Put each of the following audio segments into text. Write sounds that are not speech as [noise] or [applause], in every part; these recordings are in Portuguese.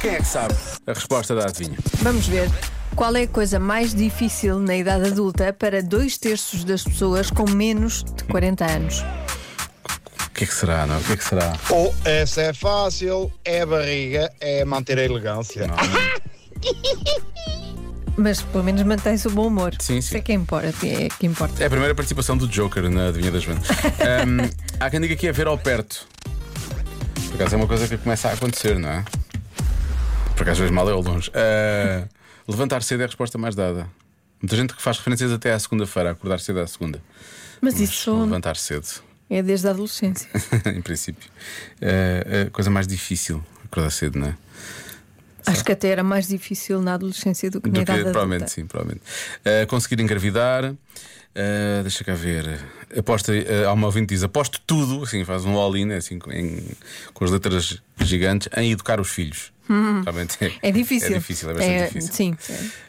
Quem é que sabe a resposta da adivinha? Vamos ver. Qual é a coisa mais difícil na idade adulta para dois terços das pessoas com menos de 40 anos? O que é que será, não? é? O que é que será? Ou essa é fácil, é a barriga, é manter a elegância. é? Não. Mas pelo menos mantém-se o bom humor. Sim, sim. Isso é que importa. É que importa. É a primeira participação do Joker na adivinha das [laughs] vendas. Ahm, há quem diga que é ver ao perto. Por acaso é uma coisa que começa a acontecer, não é? Por acaso vejo mal é ao longe. Ah, levantar cedo é a resposta mais dada. Muita gente que faz referências até à segunda-feira, acordar cedo à segunda. Mas Mas isso Levantar cedo. [laughs] é desde a adolescência. em princípio. É a coisa mais difícil, acordar cedo, não é? Acho que até era mais difícil na adolescência do que na Do que- idade provavelmente, adulta. sim, provavelmente. Eh, conseguir engravidar. eh, deixa cá ver. Aposta, eh, há uma ouvinte que diz: aposto tudo, assim, faz um all-in, assim, com- em- com as letras gigantes, em educar os filhos. Realmente É É difícil. difícil, é bastante difícil. Sim.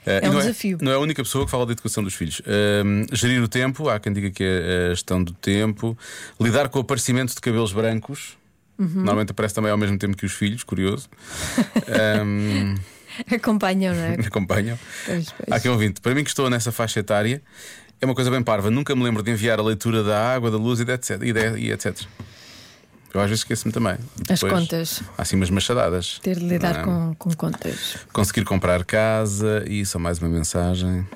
Eh, É, e um não desafio. não é a única pessoa que fala da educação dos filhos. Ehm, gerir o tempo, há quem diga que é a gestão do tempo. Lidar com o aparecimento de cabelos brancos. Uhum. Normalmente aparece também ao mesmo tempo que os filhos, curioso. [laughs] Ehm, Acompanham, [laughs] não é? me acompanham. Pois, pois. Há quem ouvinte, para mim que estou nessa faixa etária, é uma coisa bem parva. Nunca me lembro de enviar a leitura da água, da luz e de etc. E de- e etc. Eu às vezes esqueço-me também. As Depois, contas. Há assim umas machadadas. Ter de Não lidar é? com, com contas. Conseguir comprar casa e só mais uma mensagem.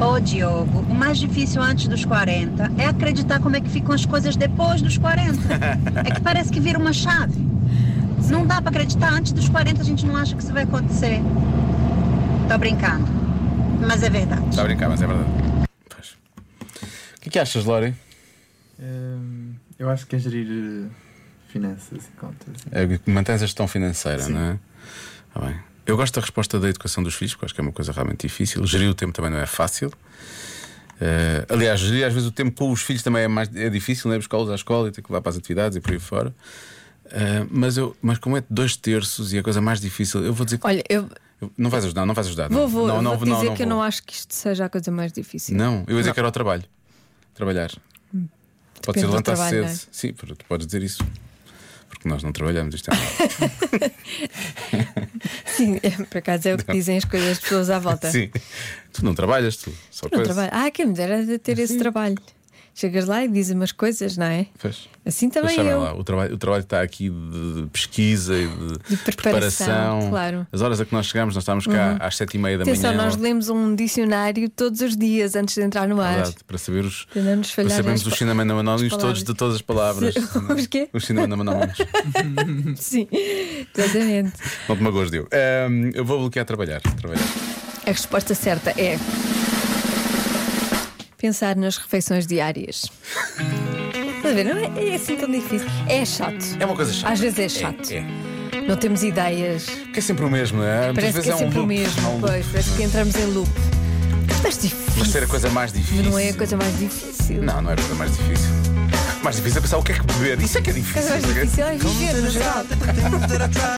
Ô Diogo, o mais difícil antes dos 40 é acreditar como é que ficam as coisas depois dos 40. É que parece que vira uma chave. Não dá pra acreditar, antes dos 40 a gente não acha que isso vai acontecer. Tô brincando, mas é verdade. Está a brincar, mas é verdade. Pois. O que é que achas, Lori? Hum, eu acho que é gerir eh, finanças e contas. É, que mantens a gestão financeira, não é? Ah, bem. Eu gosto da resposta da educação dos filhos, porque acho que é uma coisa realmente difícil. Gerir o tempo também não é fácil. Eh, aliás, gerir às vezes o tempo com os filhos também é mais é difícil, não é? Buscá-los à escola e ter que levar para as atividades e por aí fora. Eh, mas, eu, mas como é de dois terços e a coisa mais difícil, eu vou dizer que. Olha, eu eu- não vais ajudar, não vais ajudar. vou, não. vou, não, eu não, vou não, dizer que eu vou. não acho que isto seja a coisa mais difícil. Não, eu ia dizer que era o trabalho. Trabalhar. Pode Hum, Depende ser do levantar trabalho, cedo. não é? Sim, tu podes dizer isso. Porque nós não trabalhamos, isto é mal. Sim, é, por acaso é o que dizem as coisas as pessoas à volta. Sim. Tu não trabalhas, tu só Não coisa. trabalho. Ah, quem me dera de ter esse trabalho. Chegas lá e dizes umas coisas, não é? Fez. Assim Mas também sabem eu. lá, o trabalho, o trabalho está aqui de de pesquisa e de, De preparação, claro. As horas a que nós chegamos, nós estávamos cá às sete e meia da Atenção, manhã. nós lemos um dicionário todos os dias antes de entrar no ar. É Verdade, para saber os. Para não nos Para falhar sabermos as os pa- cinnamon as anónimos palavras. todos de todas as palavras. [laughs] Os quê? Os cinnamon anónimos. [laughs] Sim, exatamente. não te magoas, Diogo. Ahm, eu vou bloquear trabalhar. trabalhar. A resposta certa é. Pensar nas refeições diárias. Estás a ver? Não é, é assim tão difícil. É chato. É uma coisa chata. Às vezes é chato. É, é. Não temos ideias. Porque é sempre o mesmo, não é? Muitas Parece vezes que é um sempre o loop, mesmo. há um loop. pois, parece que é entramos em loop. Mas difícil. Mas ser a coisa mais difícil. Mas não é a coisa mais difícil. Não, não é a coisa mais difícil. O mais difícil é pensar o que é que beber. Isso é que é A difícil. coisa mais difícil é viver, no geral.